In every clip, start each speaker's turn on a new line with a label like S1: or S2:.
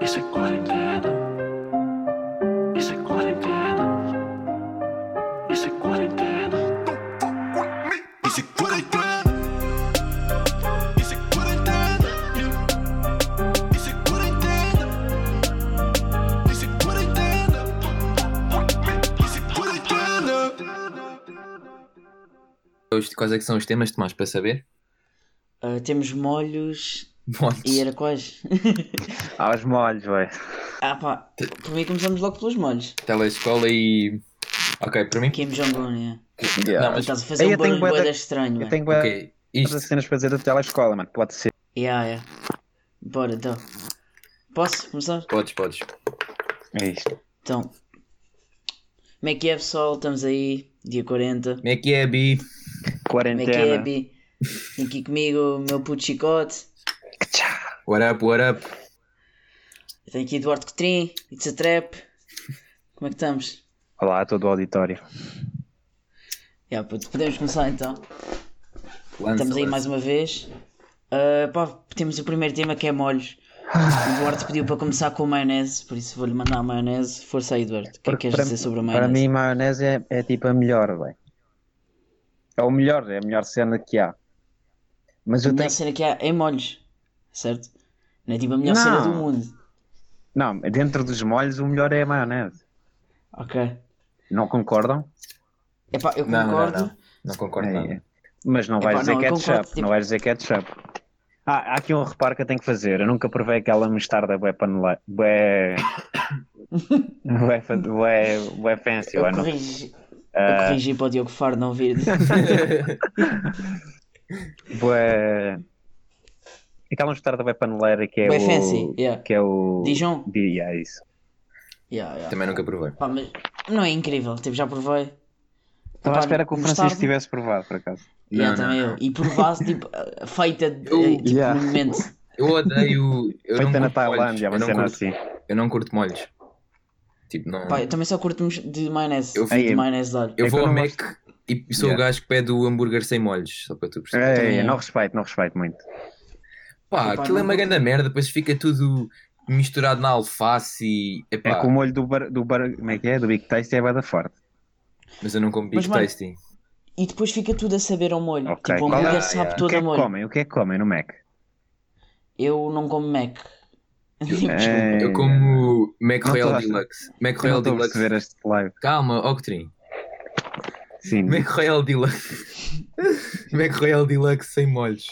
S1: Isso é quarentena. Isso é quarentena. Isso é quarentena. Isso é quarentena. Isso é quarentena. Isso é quarentena. Isso é quarentena. Isso é quarentena.
S2: Os- Quais é que são os temas, Tomás, para saber?
S3: Ah, temos molhos e
S2: Molhos.
S3: era quais?
S4: Aos molhos, vai.
S3: ah pá, por mim começamos logo pelos molhos.
S2: Telescola e. Ok, para mim.
S3: Kim Jong-un, é.
S2: Não, mas.
S3: Estás a fazer
S4: Aí
S3: um
S4: eu
S3: barulho
S4: tenho bué
S3: bué de
S4: da-
S3: estranho,
S4: Eu
S3: mano.
S4: tenho bué
S2: Ok,
S4: de
S2: isto.
S4: cenas para dizer da telescola, mano. Pode ser.
S3: Yeah, yeah. Bora, então. Posso começar?
S2: Podes, podes.
S4: É isto.
S3: Então. Como é que é, pessoal? Estamos aí, dia 40.
S2: Como é que é, Bi?
S3: Como é que é,
S4: Quarentena.
S3: Bi? Tem aqui comigo o meu puto chicote.
S4: Tchau.
S2: What up, what up?
S3: Tem aqui Eduardo Cotrim, It's a Trap. Como é que estamos?
S4: Olá a todo o auditório.
S3: Yeah, puto, podemos começar então.
S2: Lança,
S3: Estamos aí
S2: lança.
S3: mais uma vez. Ah, pá, temos o primeiro tema que é molhos. O Eduardo pediu para começar com maionese, por isso vou-lhe mandar a maionese. Força aí, Eduardo. O que é que
S4: Porque
S3: queres
S4: para-
S3: dizer sobre a
S4: Para
S3: maionese?
S4: mim, maionese é, é tipo a melhor, vai. É o melhor, é a melhor cena que há. Mas
S3: a
S4: eu
S3: melhor
S4: tenho.
S3: cena que há é molhos, certo? Não é tipo a melhor
S4: Não.
S3: cena do mundo.
S4: Não, dentro dos molhos, o melhor é a maionese.
S3: Ok.
S4: Não concordam?
S3: Epá, eu
S2: Não, não,
S3: concordo.
S2: não, não. Não concordo
S4: É,
S2: nada.
S4: é. Mas não
S3: Epá,
S4: vais dizer
S3: não, eu
S4: ketchup.
S3: concordo, tipo-
S4: Não vais dizer ketchup. Ah, há aqui um reparo que eu tenho que fazer. Eu nunca provei aquela mostarda bué panela... Bué... bué, fa- bué, bué fancy,
S3: Eu,
S4: bué, não.
S3: corrigi,
S2: Ah.
S3: eu corrigi para o Diogo Faro não vir.
S4: Bué... Aquela mostarda bué paneleira que é
S3: Bué
S4: o...
S3: fancy, yeah.
S4: Que é o...
S3: Dijon?
S4: Di- yeah, isso.
S3: yeah, yeah.
S2: Também nunca provei.
S3: Pá, mas não é incrível, tipo, já provei.
S4: Estava
S3: Epá,
S4: à espera que o Francisco
S3: Então mostarda-
S4: tivesse provado, por acaso.
S3: Yeah,
S2: Não, não,
S3: também eu. E provasse, tipo, feita de-
S2: Eu-
S3: tipo,
S4: Yeah.
S3: no momento.
S2: Eu odeio. Eu não
S4: Feita na
S2: curto molhos.
S4: Tailândia, uma
S2: Eu não
S4: cena
S2: curto-
S4: assim.
S2: Eu não curto molhos. Tipo, não.
S4: Ah.
S3: Pá, eu também só curto de maionese.
S2: Eu
S3: Eu
S2: vi-
S3: de maionese de alho.
S2: Eu
S4: É que
S2: vou
S4: eu
S2: ao
S4: não
S2: Mac e sou o
S4: Yeah.
S2: gajo que pede o hambúrguer sem molhos, só para tu perceber.
S4: É,
S3: também
S4: é,
S3: é.
S4: não respeito, não respeito muito.
S2: Pá,
S3: Epá,
S2: aquilo é
S3: não-
S2: uma grande merda, depois fica tudo misturado na alface e. Epá,
S4: É que o molho do bar... do bar... Como é que é? Do Big Taste é bué da forte.
S2: Mas eu não como Big
S3: Mas, mano,
S2: Tasty.
S3: E depois fica tudo a saber ao molho.
S4: Ok,
S3: Tipo, o
S4: qual é-
S3: hambúrguer
S2: Ah,
S3: sabe
S2: yeah.
S4: O
S3: todo
S4: que é
S3: a
S4: que
S3: molho.
S4: comem? O que é que comem no Mac?
S3: Eu não como Mac.
S4: É,
S2: Eu como Mac
S4: eh, Não
S2: Royal
S4: todaste.
S2: Deluxe. Mac
S4: Eu não
S2: Royal
S4: estou a
S2: Deluxe.
S4: perceber este live.
S2: Calma, Octrin.
S4: Sim.
S2: Mac Royal Deluxe. Mac Royal Deluxe sem molhos.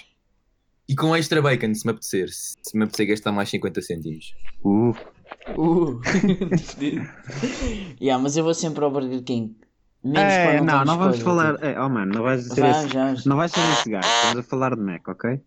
S2: E com extra bacon, se me apetecer. Se se me apetecer gastar mais 50 cêntimos.
S4: Uh,
S3: Uh. yeah, mas eu vou sempre ao Burger King. Menos
S4: é,
S3: quando
S4: não,
S3: temos
S4: não vamos
S3: coisa,
S4: falar.
S3: tipo.
S4: É, oh mano, não vais ser
S3: Vamos,
S4: esse.
S3: vamos.
S4: Não vais ser esse gajo. Estamos a falar de Mac, ok?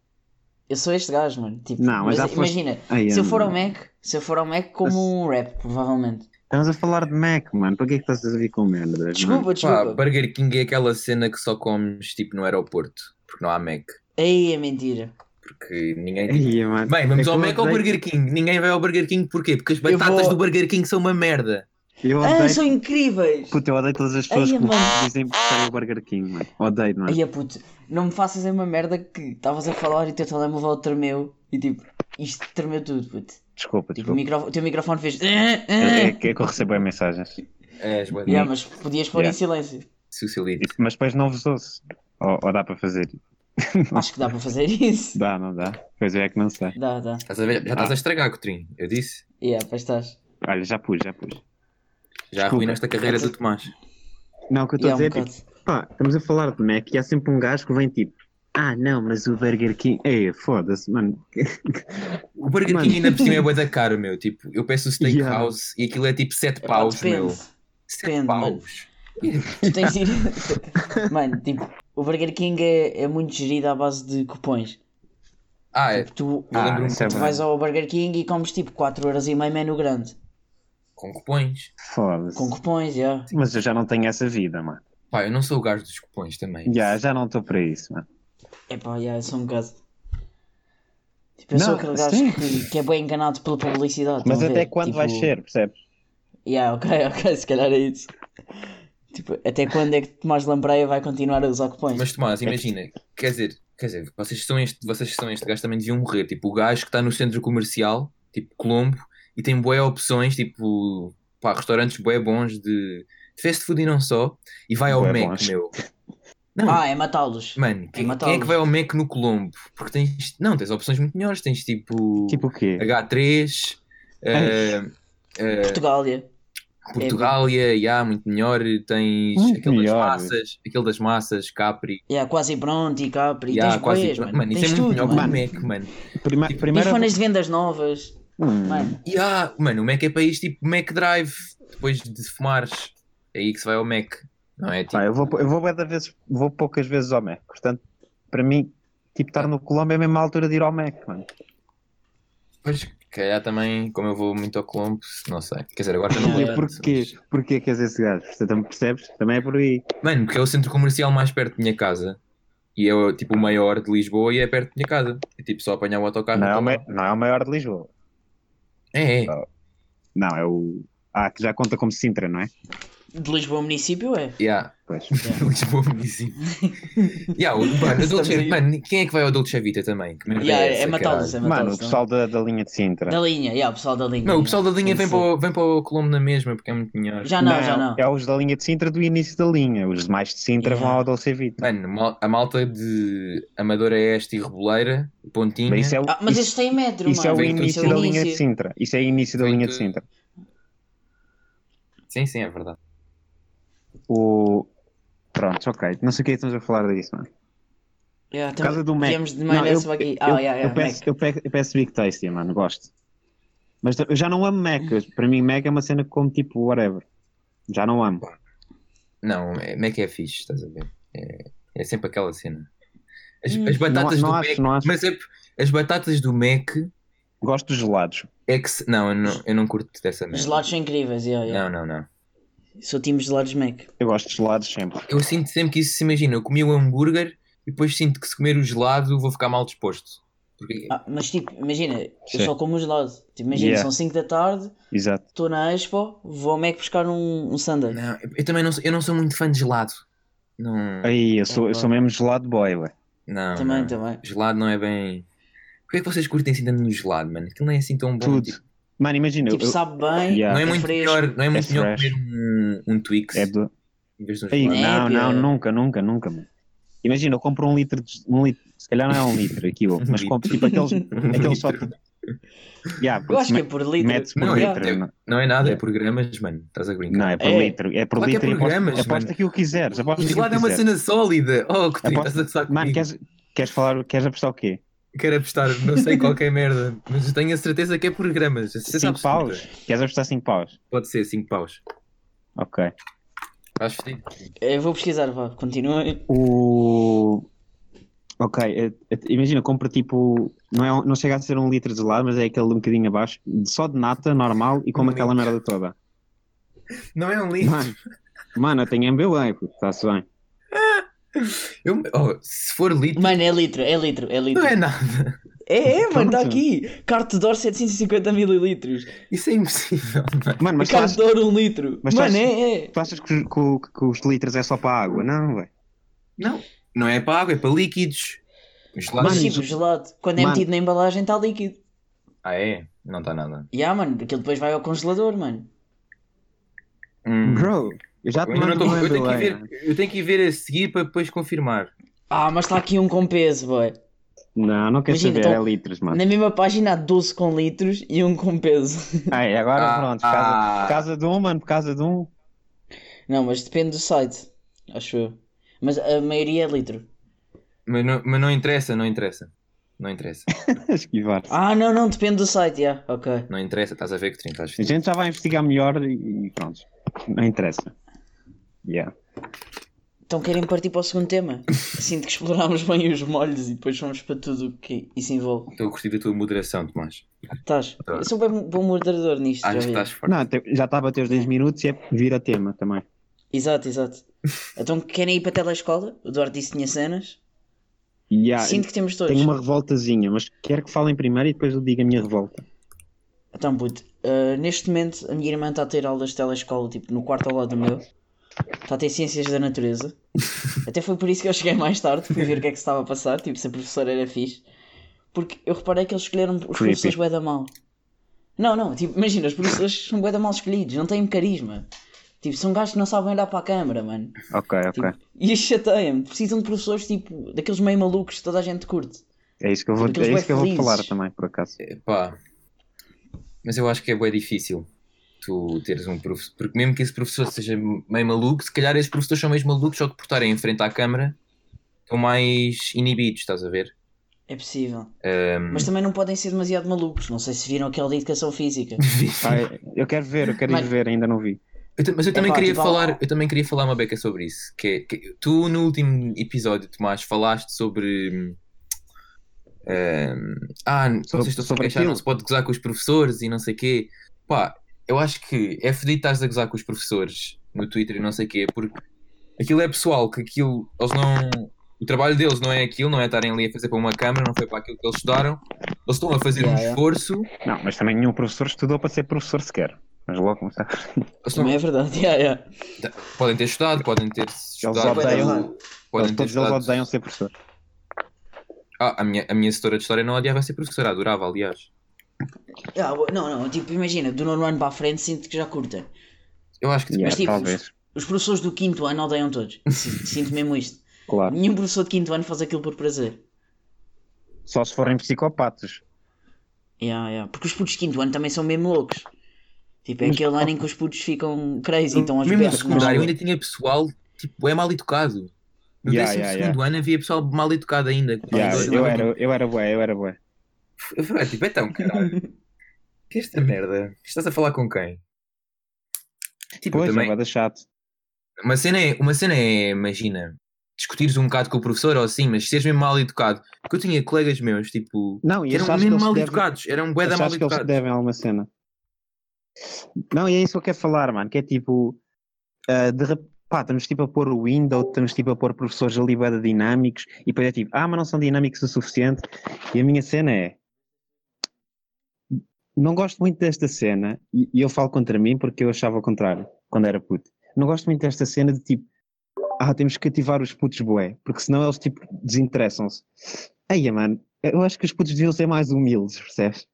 S3: Eu sou este gajo, mano. Tipo,
S4: Não, mas já foste- um
S3: imagina,
S4: Ai,
S3: se eu
S4: anda.
S3: for ao Mac, se eu for ao Mac, como um rap, provavelmente.
S4: Estamos a falar de Mac, mano. Para que é que estás a vir com merdas? mano?
S3: Desculpa,
S2: Pá,
S3: desculpa.
S2: Burger King é aquela cena que só comes tipo no aeroporto, porque não há Mac.
S3: Aí é mentira.
S2: Porque ninguém.
S4: Ai, mano.
S2: Bem, vamos
S4: É
S2: ao
S4: que eu
S2: Mac ou ao
S4: odeio-
S2: Burger King? Ninguém vai ao Burger King porquê? Porque as batatas
S3: vou-
S2: do Burger King são uma merda.
S4: Eu
S3: Ah,
S4: odeio.
S3: são incríveis!
S4: Puta, eu odeio todas as pessoas
S3: Ai,
S4: que me
S3: mano.
S4: dizem que preferem o Burger King, mano. Odeio, mano.
S3: Aí a é puto, não me faças a mesma merda que estavas a falar e o teu telemóvel tremeu e tipo, isto tremeu tudo, puto.
S4: Desculpa,
S3: Tipo, o,
S4: desculpa.
S3: micro- o teu microfone fez.
S4: É, é
S3: Yeah,
S4: que é que eu recebo bem mensagens.
S2: É, as batatas.
S3: mas podias pôr
S4: Yeah.
S3: em silêncio.
S2: Socialite.
S4: Mas depois não vos ouço. Ou, ou dá para fazer?
S3: Acho que dá para fazer isso.
S4: Dá, não dá? Pois é, é que não sei.
S3: Dá, dá.
S2: Estás a ver? Já
S4: Ah.
S2: estás a estragar, Cotrim. Eu disse.
S3: Yeah, pois estás.
S4: Olha, já pus, já pus.
S2: Já
S4: Desculpa.
S2: arruinaste a carreira do Tomás.
S4: Não, o que eu estou
S3: Yeah,
S4: a
S3: um
S4: dizer é
S3: bocado.
S4: tipo, pá, estamos a falar de Mac e há sempre um gajo que vem tipo, ah não, mas o Burger King, ei, foda-se, mano.
S2: O Burger
S4: Mano.
S2: King ainda por cima é bué da caro, meu. Tipo, eu peço o steakhouse e aquilo é tipo 7
S3: Epá,
S2: paus,
S3: depende.
S2: meu. 7
S3: Depende, mano.
S2: paus.
S3: Tu tens de ir. mano, tipo, o Burger King é, é muito gerido à base de cupons.
S2: Ah, é.
S3: Tipo, tu,
S2: Eu
S4: Ah,
S2: lembro-me
S4: isso é
S3: tu
S4: bom.
S3: vais ao Burger King e comes tipo 4,5€ menu grande.
S2: com cupões.
S4: Foda-se.
S3: Com cupons, yeah.
S4: Mas eu já não tenho essa vida, mano.
S2: Pá, eu não sou o gajo dos cupões
S3: É
S2: também.
S4: Já, já não estou para isso, mano.
S3: Epá, yeah, eu sou um bocado. Tipo, eu sou
S4: Não,
S3: aquele gajo
S4: sim.
S3: que, que é bem enganado pela publicidade.
S4: Mas
S3: estão a
S4: até
S3: ver?
S4: quando
S3: Tipo,
S4: vais ser, percebes?
S3: Yeah, ok, ok, se calhar é isso. Tipo, até quando é que Tomás Lampreia vai continuar a usar cupons?
S2: Mas Tomás,
S4: É
S2: imagina,
S4: tipo-
S2: quer dizer, quer dizer, tá vocês que são este, vocês que são este gajo também deviam morrer. Tipo, o gajo que está no centro comercial, tipo Colombo, e tem bué opções, tipo, pá, restaurantes bué bons de de fast food e não só, e vai ao
S4: Bué
S2: Mac,
S4: bons.
S2: meu. Não,
S3: Ah, é matá-los.
S2: mano, quem,
S3: matá-los.
S2: quem é que vai ao Mac no Colombo? Porque tens, não, tens opções muito melhores, tens tipo,
S4: Tipo o quê?
S2: H3, eh, eh,
S3: Portugália. É
S2: Portugália, yeah, muito melhor, tens
S4: Muito
S2: aquele
S4: melhor.
S2: das massas, aquele das massas, Capri,
S3: Yeah, quase pronto e Capri.
S2: yeah,
S3: tens
S2: quase-
S3: boias, mano.
S2: mano, isso
S3: tens
S2: é muito
S3: tudo,
S2: melhor
S3: mano.
S2: que o Mac, mano.
S4: Prima-
S3: Tens
S4: primeiro.
S3: fones de vendas novas.
S4: Hum,
S3: tipo, Mano,
S2: E ah, mano, o Mac é para isto tipo Mac Drive. Depois de fumares, é aí que se vai ao Mac. Não é? Tipo,
S4: pá, eu vou, eu vou, bué da vez, vou poucas vezes ao Mac. Portanto, para mim, tipo, estar no Colombo é a mesma altura de ir ao Mac, mano.
S2: depois, se calhar também, como eu vou muito ao Colombo, não sei. Quer dizer, agora já não vou
S3: E
S4: E
S2: tanto,
S4: porquê?
S2: mas-
S4: Porquê que és esse gajo? Portanto, percebes? Também é por aí.
S2: Mano, porque é o centro comercial mais perto da minha casa. E é tipo o maior de Lisboa e é perto da minha casa. É tipo só apanhar o autocarro.
S4: Não é, o
S2: autocarro.
S4: ma- não é o maior de Lisboa.
S2: É, é.
S4: Não, é o. Ah, que já conta como Sintra, não é?
S3: de Lisboa município é.
S2: Yeah.
S4: Pois.
S2: Lisboa município. yeah, o, mano, o Dolce, mano, quem é que vai ao Dolce Vita também? Que merda
S3: Yeah,
S2: é
S3: é
S2: essa,
S3: matá-los,
S2: caralho?
S3: é
S4: Mano,
S3: matá-los.
S4: o pessoal da, da linha de Sintra.
S3: não. é? Da linha, yeah, o pessoal da linha.
S2: Não, o pessoal da linha vem
S3: Tem que
S2: para,
S3: ser.
S2: o, vem para o Colombo na mesma, porque é muito melhor.
S3: Já não, já não.
S4: É os da linha de Sintra do início da linha. Os demais de Sintra
S3: Yeah.
S4: vão ao Dolce Vita.
S2: Mano, mal- a malta de Amadora Este e Reboleira, Pontinha.
S4: Mas isso é o,
S3: Ah, mas
S4: isso-
S3: esses têm metro,
S4: isso é o
S3: mano.
S2: Vem tudo assim.
S4: início
S2: junto.
S4: da linha de Sintra. Isso é o início da
S2: Vem
S4: linha de
S2: tudo.
S4: Sintra.
S2: Sim, sim, é verdade.
S4: O. Pronto, ok. Não sei o que é que estamos a falar disso, mano.
S3: Yeah,
S4: Por causa
S3: também-
S4: do Mac.
S3: Viemos de
S4: Não,
S3: maionese
S4: eu-
S3: para aqui.
S4: eu-
S3: Ah, yeah,
S4: eu
S3: yeah,
S4: peço-
S3: Mac.
S4: Eu peço eu peço Big Tasty, mano. Gosto. Mas eu já não amo Mac. Para mim, Mac é uma cena que como tipo whatever. Já não amo.
S2: Não, é- Mac é fixe, estás a ver? É, é sempre aquela cena. As,
S3: Hum.
S2: as batatas
S4: Não- não
S2: do
S4: acho,
S2: Mac.
S4: não acho.
S2: Mas é, as batatas do Mac
S4: Gosto dos gelados.
S2: é que. se- Não, eu não, eu não curto dessa merda.
S3: Os gelados são incríveis, yeah, yeah.
S2: Não, não, não.
S3: Sou time gelados Mac.
S4: Eu gosto de gelados sempre.
S2: Eu sinto sempre que isso se imagina. Eu comi o hambúrguer e depois sinto que se comer o gelado vou ficar mal disposto. Porque
S3: Ah, mas tipo, imagina, eu
S4: Sim.
S3: só como gelado. Tipo, imagina,
S4: Yeah.
S3: são 5 da tarde,
S4: Exato.
S3: estou na Expo, vou ao Mac buscar um, um sundae.
S2: Não, eu também não sou, eu não sou muito fã de gelado. Não,
S4: Aí, eu sou, eu sou mesmo gelado boy, ué.
S2: não,
S3: também,
S2: não.
S3: também.
S2: Gelado não é bem. Porquê é que vocês curtem assim tanto no gelado, mano? Aquilo não é assim tão bom.
S4: Tudo.
S2: tipo,
S4: Mano, imagina.
S3: Tipo,
S4: eu-
S3: sabe bem,
S4: Yeah.
S2: não é,
S3: é
S2: muito
S3: fresco.
S2: melhor, não é muito
S4: É
S2: melhor
S4: fresh.
S2: comer um, um Twix
S4: é do...
S2: em vez de um
S4: Aí,
S2: gelado.
S4: não,
S3: Népia.
S4: não, nunca, nunca, nunca, mano. Imagina, eu compro um litro, de, um litro, se calhar não é um litro aquilo, mas
S2: litro.
S4: compro tipo aqueles, aqueles só. Yeah,
S3: Eu
S4: porque
S3: acho que é
S4: me-
S3: por litro.
S4: mete-se por
S2: Não, é-
S4: litro. não.
S2: Não é nada, é por gramas, mano. Estás a brincar.
S4: Não, é por
S3: É.
S4: litro. É por
S2: Claro que é
S4: litro e
S2: por gramas,
S4: aposta, aposta
S2: mano.
S4: que o quiseres.
S2: o
S4: Aposta que
S2: gelado é uma
S4: quiseres.
S2: cena sólida. Oh, que
S4: Aposto-
S2: estás a gozar
S4: É Mano,
S2: comigo.
S4: queres, queres falar, queres apostar o quê?
S2: Quero apostar, não sei qual que é a merda, mas eu tenho a certeza que é por gramas. A certeza
S4: 5
S2: absoluta.
S4: paus? Queres apostar 5 paus?
S2: Pode ser 5 paus.
S4: Ok.
S2: Estás fedido?
S3: Eu vou pesquisar, vá, continua.
S4: O. Ok, eh, eh, imagina, compra tipo. Não, é, um- não chega a ser um litro de gelado, mas é aquele um bocadinho abaixo, de- só de nata, normal, e como
S2: Um
S4: aquela
S2: litro.
S4: merda toda.
S2: Não é um lixo.
S4: Mano, mano eu tenho MBA, está-se bem.
S2: Eu- oh, se for litro,
S3: Mano, é litro, é litro, é litro.
S2: não é nada.
S3: É, é, mano, está
S4: Pronto.
S3: aqui. Cartedor 750 mililitros.
S2: Isso é impossível, mano.
S4: Mano, mas tu achas,
S3: Cartedor 1 litro.
S4: mas tu
S3: mano,
S4: achas-
S3: é, é.
S4: tu achas que, os- que o- que os litros é só para a água? Não, velho.
S2: Não, não é para água, é para líquidos. Os gelados.
S3: Mas
S4: Mano,
S3: tipo, gelado. Quando é
S4: mano.
S3: metido na embalagem, está líquido.
S2: Ah, é? Não está nada.
S3: E yeah, mano, aquilo depois vai ao congelador, mano.
S2: Hum.
S4: Bro, eu já te
S2: Eu, não
S4: mando
S2: tô-
S4: um
S2: eu tenho que
S4: MBA.
S2: ver, eu tenho que ir ver a seguir para depois confirmar.
S3: Ah, mas está aqui um com peso, boy.
S4: Não, não quero
S3: Imagina,
S4: saber,
S3: então-
S4: é litros, mano.
S3: Na mesma página há 12 com litros e um com peso.
S4: Ai, agora
S2: Ah,
S4: pronto, por causa,
S2: ah.
S4: por causa de um, mano, por causa de um.
S3: Não, mas depende do site, acho eu. Mas a maioria é litro.
S2: Mas não, mas não interessa, não interessa. Não interessa.
S4: Esquivar-se.
S3: Ah, não, não, depende do site, já. Ok.
S2: Não interessa, estás a ver que 30 estás
S4: A
S2: fedido.
S4: gente já vai investigar melhor e, e pronto. Não interessa. Yeah.
S3: Então querem partir para o segundo tema? Sinto que explorámos bem os molhos e depois fomos para tudo o que isso envolve.
S2: Estou a curtir Então da tua moderação, Tomás.
S3: Estás? Eu sou bem bom moderador nisto, já
S2: Acho que
S3: vi.
S2: Ah, estás forte.
S4: Não, te- já está a bater os 10 minutos e é vira tema também.
S3: Exato, exato. Então querem ir para a telescola? O Eduardo disse que tinha cenas.
S4: Yeah,
S3: Sinto que temos todos.
S4: Ah, tenho uma revoltazinha, mas quero que falem primeiro e depois eu digo a minha revolta.
S3: Então, puto, eh, neste momento a minha irmã está a ter aulas de telescola, tipo, no quarto ao lado do meu. Está a ter ciências da natureza. Até foi por isso que eu cheguei mais tarde, fui ver o que é que se estava a passar, tipo, se a professora era fixe. Porque eu reparei que eles escolheram os professores bué da mal. Não, não, tipo, imagina, os professores são bué da mal escolhidos, não têm carisma. Tipo, são gajos que não sabem olhar para a câmara, mano.
S4: Ok,
S3: Tipo,
S4: ok.
S3: E isso chateia-me. Precisam de professores, tipo, daqueles meio malucos que toda a gente curte.
S4: É isso que eu vou,
S3: Aqueles
S4: é isso que eu vou
S3: bué
S4: falar
S3: felizes.
S4: também, por acaso.
S2: Pá. Mas eu acho que é bem difícil tu teres um professor. Porque mesmo que esse professor seja meio maluco, se calhar esses professores são mesmo malucos, só que por estarem em frente à câmara estão mais inibidos, estás a ver?
S3: É possível.
S2: Ahm,
S3: Mas também não podem ser demasiado malucos. Não sei se viram aquele de educação física.
S4: Ai, eu quero ver, eu quero ir
S3: Mas-
S4: ver, ainda não vi.
S2: eu ta-
S4: É
S2: mas eu também
S3: pá,
S2: queria
S3: tipo,
S2: falar,
S4: um-
S3: há-
S2: eu também queria falar uma beca sobre isso. Que, é- que- tu no último episódio, Tomás, falaste sobre. ahm, ah,
S4: Sobre-
S2: vocês estão a
S4: sobre
S2: queixar,
S4: aquilo.
S2: não se pode gozar com os professores e não sei quê. Pá, eu acho que é fedido estás a gozar com os professores no Twitter e não sei quê, porque aquilo é pessoal, que aquilo, eles não. O trabalho deles não é aquilo, não é estarem ali a fazer para uma câmara, não foi para aquilo que eles estudaram. Eles estão a fazer
S3: Yeah,
S2: um
S3: yeah.
S2: esforço, eles
S4: Não, mas também nenhum professor estudou para ser professor sequer. Mas logo começar.
S2: estão-
S3: Também é verdade. Yeah, yeah.
S2: podem ter estudado, podem ter estudado.
S4: é- odeiam-
S2: podem
S4: Eles-
S2: ter
S4: Todos eles
S2: estudado.
S4: odeiam ser professor.
S2: Ah, a minha, a minha setora de história não odiava ser professora, adorava, aliás.
S3: Ah, bo- não, não, tipo, imagina, do nono ano para a frente sinto que já curtem.
S2: Eu acho que
S4: Yeah,
S3: tipo,
S4: talvez.
S3: Os professores do quinto ano odeiam todos. Sinto, sinto mesmo isto.
S4: Claro.
S3: Nenhum professor de quinto ano faz aquilo por prazer.
S4: Só se forem psicopatas.
S3: Yeah, yeah. Porque os putos de quinto ano também são mesmo loucos. Tipo, é aquele ano em que os putos ficam crazy, então aos
S2: mesmo no
S3: berros, mas-
S2: secundário ainda tinha pessoal, tipo, é mal educado. No
S4: Yeah,
S2: 12
S4: yeah,
S2: segundo ano havia pessoal mal educado ainda. com os
S4: Yeah,
S2: dois,
S4: eu,
S2: não é?
S4: era, eu era bué, eu era bué.
S2: Eu falei, tipo, então, caralho. Que esta
S4: Uhum.
S2: merda? Estás a falar com quem? Tipo,
S4: Pois,
S2: também,
S4: é bué da chato.
S2: uma, cena é, uma cena é, imagina, discutires um bocado com o professor ou assim, mas seres mesmo mal educado. Porque eu tinha colegas meus, tipo,
S4: Não, e
S2: que eram
S4: achaste que
S2: mesmo
S4: eles
S2: mal
S4: devem-
S2: educados, eram boeda mal
S4: achaste que eles
S2: educados.
S4: devem alguma cena. Não, e é isso que eu quero falar, mano, que é tipo, ah, de rep- pá, estamos tipo a pôr o Windows, estamos tipo a pôr professores ali bué de dinâmicos, e depois é tipo, ah, mas não são dinâmicos o suficiente, e a minha cena é, não gosto muito desta cena, e, e eu falo contra mim porque eu achava o contrário, quando era puto, não gosto muito desta cena de tipo, ah, temos que ativar os putos bué, porque senão eles tipo desinteressam-se. Aí, mano, eu acho que os putos deviam ser mais humildes, percebes?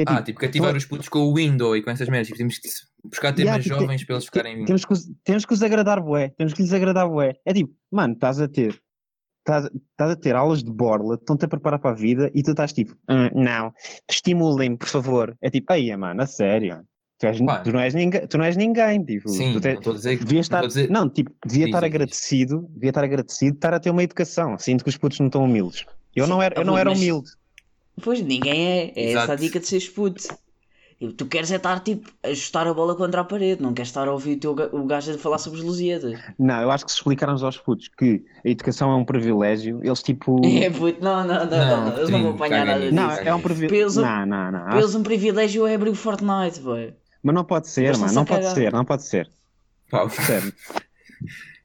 S4: É
S2: Ah, tipo, cativar os putos com o window e com essas merdas. Tipo, temos que buscar temas
S4: Yeah, tipo,
S2: jovens para eles
S4: te-
S2: ficarem.
S4: Temos que, os- temos que os agradar bué, temos que lhes agradar bué. É tipo, mano, estás a ter. Estás estás a ter aulas de borla, estão-te a preparar para a vida e tu estás tipo, "Hum, não, estimulem-me, por favor. É tipo, aí, mano, a sério. Tu, és-
S2: Pá.
S4: tu não és ninguém, tu não és ninguém, tipo.
S2: Sim,
S4: tu te-
S2: não estou a dizer que.
S4: devia estar,
S2: não
S4: não,
S2: estou a dizer-
S4: tipo, devia
S2: Diz,
S4: estar
S2: diz, diz.
S4: agradecido, devia estar agradecido de estar a ter uma educação. Sinto que os putos não estão humildes. Eu não era, eu não era
S3: Mas-
S4: humilde.
S3: Pois, ninguém é. É
S2: Exato.
S3: essa a dica de seres puto. Tipo, Tu queres é estar, tipo, a ajustar a bola contra a parede, não queres estar a ouvir o, teu, ga- o gajo a falar sobre os Lusíadas.
S4: Não, eu acho que se explicarmos aos putos que a educação é um privilégio, eles tipo.
S3: É puto, não, não, não, não, não, eles não vão
S2: Trinco,
S3: apanhar
S2: caga
S3: nada
S2: nisso.
S3: disso.
S4: Não, é um privilégio.
S3: Peso-
S4: Não, não, não.
S3: Para eles um privilégio é abrir o Fortnite, boy.
S4: Mas não pode ser,
S3: Mas
S4: mano.
S3: estão-se
S4: Não
S3: a
S4: pode
S3: cagar.
S4: ser, não pode ser.
S2: Pá,
S4: Sério.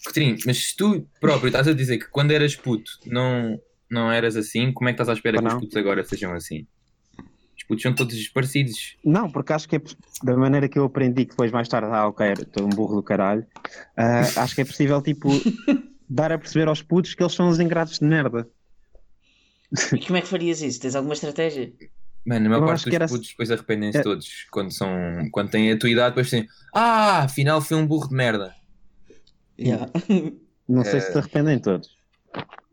S2: Coutinho, mas se tu próprio estás a dizer que quando eras puto não, não eras assim, como é que estás à espera
S4: Pá,
S2: que os
S4: não.
S2: putos agora sejam assim? Os putos são todos parecidos.
S4: Não, porque acho que é pos- da maneira que eu aprendi, que depois mais tarde, ah, ok, estou um burro do caralho. ah, acho que é possível, tipo, dar a perceber aos putos que eles são os ingratos de merda.
S3: E como é que farias isso? Tens alguma estratégia?
S2: Mano, a maior
S4: Eu
S2: parte
S4: acho
S2: dos
S4: que era-
S2: putos depois arrependem-se
S4: É.
S2: todos quando, são, quando têm a tua idade, depois têm. Ah, afinal foi um burro de merda.
S3: Yeah.
S4: Não sei se se arrependem todos.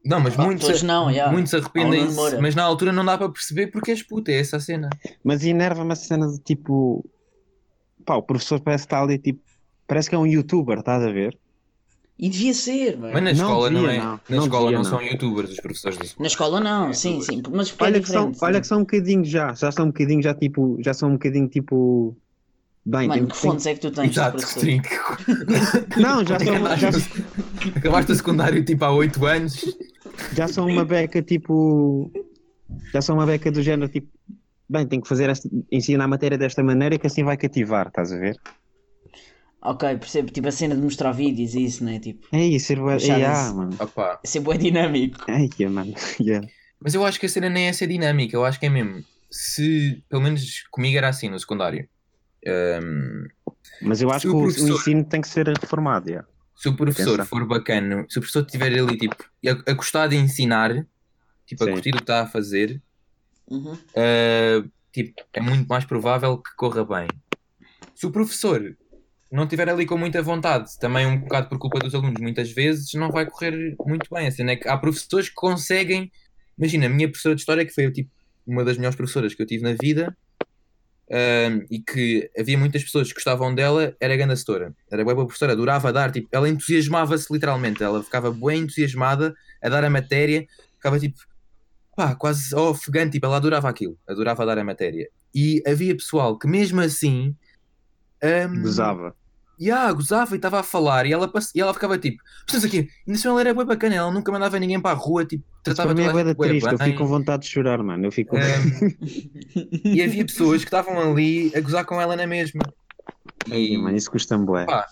S2: Não, mas
S3: Ah,
S2: muitos,
S3: pois não, yeah.
S2: muitos
S3: Ao Nuno
S2: arrependem-se,
S3: Moura.
S2: mas na altura não dá para perceber porque és puto, é essa a cena.
S4: Mas enerva-me a cena de tipo. Pá, o professor parece que está ali, tipo. Parece que é um youtuber, estás a ver?
S3: E devia ser, mano.
S2: Mas na
S4: Não
S2: escola não,
S4: devia,
S2: é.
S4: não.
S2: Na
S4: Não
S2: escola
S4: devia,
S2: não,
S4: não.
S2: são youtubers os professores da escola.
S3: Na escola não, sim,
S2: duas.
S3: sim. Mas porque é
S4: Olha que, são,
S3: diferente.
S4: olha que são um bocadinho já, já são um bocadinho já tipo, já são um bocadinho tipo. Bem,
S3: Mano,
S4: tem-
S3: que
S4: tem-
S3: fontes é que tu tens?
S2: Exato,
S3: professor?
S2: Coutinho.
S4: Não, já são, já,
S2: Acabaste- Acabaste o secundário tipo há 8 anos.
S4: já são uma beca tipo. Já são uma beca do género tipo. Bem, tenho que fazer esta, ensinar a matéria desta maneira que assim vai cativar, estás a ver?
S3: Ok, percebo. Tipo a cena de mostrar vídeos e isso, né? Tipo,
S4: É isso, ser bué-
S3: Deixar
S4: Ei, ah,
S3: isso.
S4: mano.
S2: Opa,
S3: é ser bué dinâmico.
S4: Ai, que mano. Yeah.
S2: Mas eu acho que a cena nem é essa dinâmica, eu acho que é mesmo. Se, pelo menos comigo era assim no secundário. Ahm,
S4: Mas eu
S2: Se
S4: acho
S2: o
S4: que o, o
S2: professor-
S4: ensino tem que ser reformado. yeah.
S2: se o professor
S4: Pensa.
S2: for bacana, se o professor estiver ali tipo, a, a gostar de ensinar, tipo, a
S4: Sim.
S2: curtir o que está a fazer,
S3: Uhum.
S2: ah, tipo, é muito mais provável que corra bem. Se o professor não estiver ali com muita vontade, também um bocado por culpa dos alunos, muitas vezes não vai correr muito bem. Assim, né? que Há professores que conseguem. Imagina, a minha professora de história, que foi tipo, uma das melhores professoras que eu tive na vida, ahm, e que havia muitas pessoas que gostavam dela, era a grande setora. Era boa professora, adorava dar, tipo, ela entusiasmava-se literalmente, ela ficava bem entusiasmada a dar a matéria, ficava tipo, pá, quase ofegante, tipo, ela adorava aquilo, adorava dar a matéria. E havia pessoal que mesmo assim. ahm,
S4: Gozava.
S2: e ah, gozava e estava a falar e ela, pass- e ela ficava tipo, estamos aqui, ainda assim ela era bem bacana, ela nunca mandava ninguém para a rua, tipo,
S4: Isso
S2: tratava
S4: para mim é
S2: toda a
S4: bué
S2: gente
S4: da
S2: bué
S4: triste, eu
S2: bem. É.
S4: fico com vontade de chorar, mano. Eu fico.
S2: Ahm, e havia pessoas que estavam ali a gozar com ela na mesma.
S4: Ei, mano, isso custa-me bué.
S2: Pá,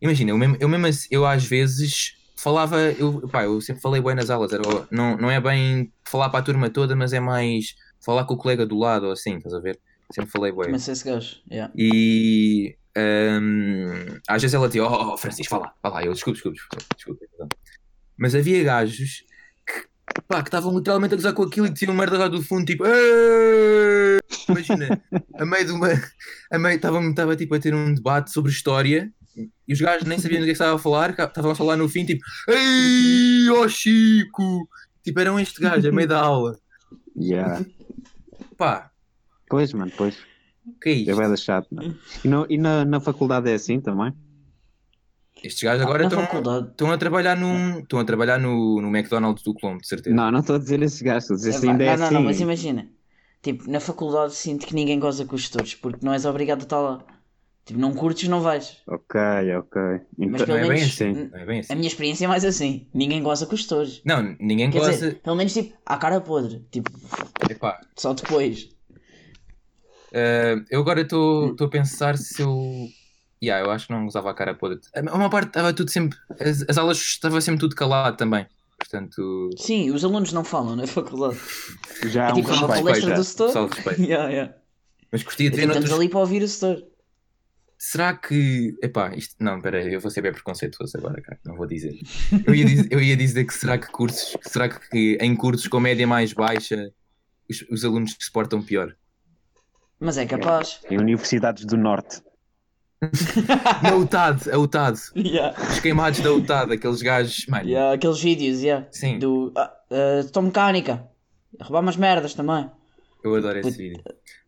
S2: Imagina, eu mesmo, eu mesmo assim- eu às vezes falava, eu, pá, eu sempre falei bem nas aulas, era, não, não é bem falar para a turma toda, mas é mais falar com o colega do lado ou assim, estás a ver? Sempre falei bem.
S3: Mas esse gajo. Yeah.
S2: E hum, às vezes ela dizia, oh, oh, Francisco, vá lá, vá lá, eu desculpe, desculpe, desculpe, desculpe. perdão." Mas havia gajos que pá, que estavam literalmente a gozar com aquilo e tinham uma merda lá do fundo, tipo, "Êêê!" imagina, a meio de uma. A meio estavam estava tipo a ter um debate sobre história e os gajos nem sabiam do que é que estava a falar, ca- estavam só lá no fim, tipo, ei, ó Chico! Tipo, eram este gajo a meio da aula.
S4: Yeah.
S2: Pá,
S4: Pois, mano, pois.
S2: que é
S4: É
S2: isto?
S4: bué da chato, mano. E, no- e na, na faculdade é assim também?
S2: Estes gajos agora
S4: Ah,
S3: na
S2: estão.
S3: faculdade.
S2: Estão a trabalhar num. Estão a trabalhar no, no McDonald's do Colombo, de certeza.
S4: Não, não estou a dizer esses gajos, estou a dizer
S3: É,
S4: se
S3: pá,
S4: ainda é
S3: não, não,
S4: assim.
S3: não, mas imagina. Tipo, na faculdade sinto que ninguém goza com os setores, porque não és obrigado a estar lá. Tipo, não curtes, não vais.
S4: Ok, ok.
S3: Mas
S4: Então,
S2: Não
S3: pelo
S2: é bem
S3: menos.
S2: assim.
S3: n-
S2: Não é bem assim.
S3: A minha experiência é mais assim. Ninguém goza com os setores.
S2: Não, ninguém
S3: Quer
S2: gosta.
S3: dizer, pelo menos tipo, à cara podre. Tipo,
S2: Epá,
S3: só depois.
S2: eh, eu agora
S3: Hum.
S2: estou estou a pensar se eu. Yeah, eu acho que não usava a cara podre. A uma parte estava tudo sempre. As, as aulas estava sempre tudo calado também. Portanto.
S3: Sim, os alunos não é? falam na faculdade.
S4: já há
S3: é
S4: um
S3: tipo, uma
S4: respeito.
S3: palestra do setor.
S2: Só respeito.
S3: yeah, yeah.
S2: Mas gostaria
S3: É
S2: de
S3: tipo,
S2: ver
S3: Estamos
S2: noutros-
S3: ali para ouvir o setor.
S2: Será que. Epá, isto. Não, peraí, eu vou ser bem preconceituoso agora, cara. Não vou dizer. Eu ia dizer, eu ia dizer que será que cursos. Será que em cursos com média mais baixa os, os alunos se portam pior?
S3: Mas é capaz.
S4: Em universidades do norte.
S2: Na UTAD, a UTAD.
S3: Yeah.
S2: é Os queimados da UTAD, aqueles gajos. Mano,
S3: Yeah, aqueles vídeos, yeah.
S2: Sim.
S3: Do. Ah, ah, estou mecânica. Roubar umas merdas também.
S2: eu adoro esse vídeo.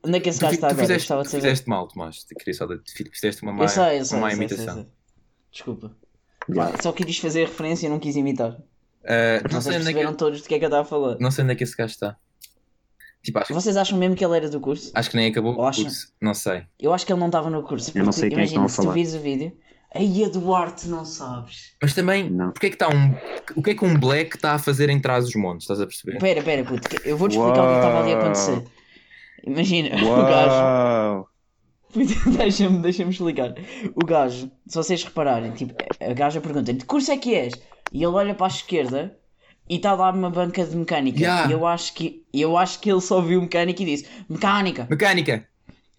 S3: Onde é que esse
S2: Tu,
S3: gajo
S2: fi-
S3: está
S2: tu
S3: agora?
S2: fizeste,
S3: Gostava de
S2: tu
S3: saber.
S2: fizeste mal, Tomás. Te Queria só de, fi- fizeste uma má,
S3: eu sei, eu sei.
S2: uma má
S3: eu sei, eu sei,
S2: imitação.
S3: eu sei. Desculpa.
S4: Já.
S3: Só querias fazer referência e não quis imitar.
S2: Ah, não,
S3: Não
S2: sei onde
S3: Vocês
S2: é que,
S3: perceberam todos de que é que eu estava a falar.
S2: não sei onde é que esse gajo está. Tipo, acho,
S3: Vocês acham mesmo que ele era do curso?
S2: acho que nem acabou
S3: Eu
S2: o
S3: acho-
S2: curso. Não sei.
S3: Eu acho que ele não estava no curso.
S4: Eu não
S3: porque
S4: sei quem é que
S3: imagina,
S4: estão a
S3: se tu
S4: falar.
S3: vires o vídeo. Aí, Eduardo, não sabes.
S2: Mas também,
S4: Não.
S2: porque é que está um. O que é que um black está a fazer em trás dos montes? Estás a perceber?
S3: Pera, pera, puto, que- eu vou-te explicar o que estava ali a acontecer. Imagina, o Um gajo.
S4: Uau!
S3: Puto, Deixa-me deixa explicar. O gajo, se vocês repararem, tipo, a gaja pergunta de que curso é que és? E ele olha para a esquerda e está lá uma banca de mecânica.
S2: Yeah.
S3: E eu acho, que, eu acho que ele só viu mecânica e disse: Mecânica!
S2: Mecânica!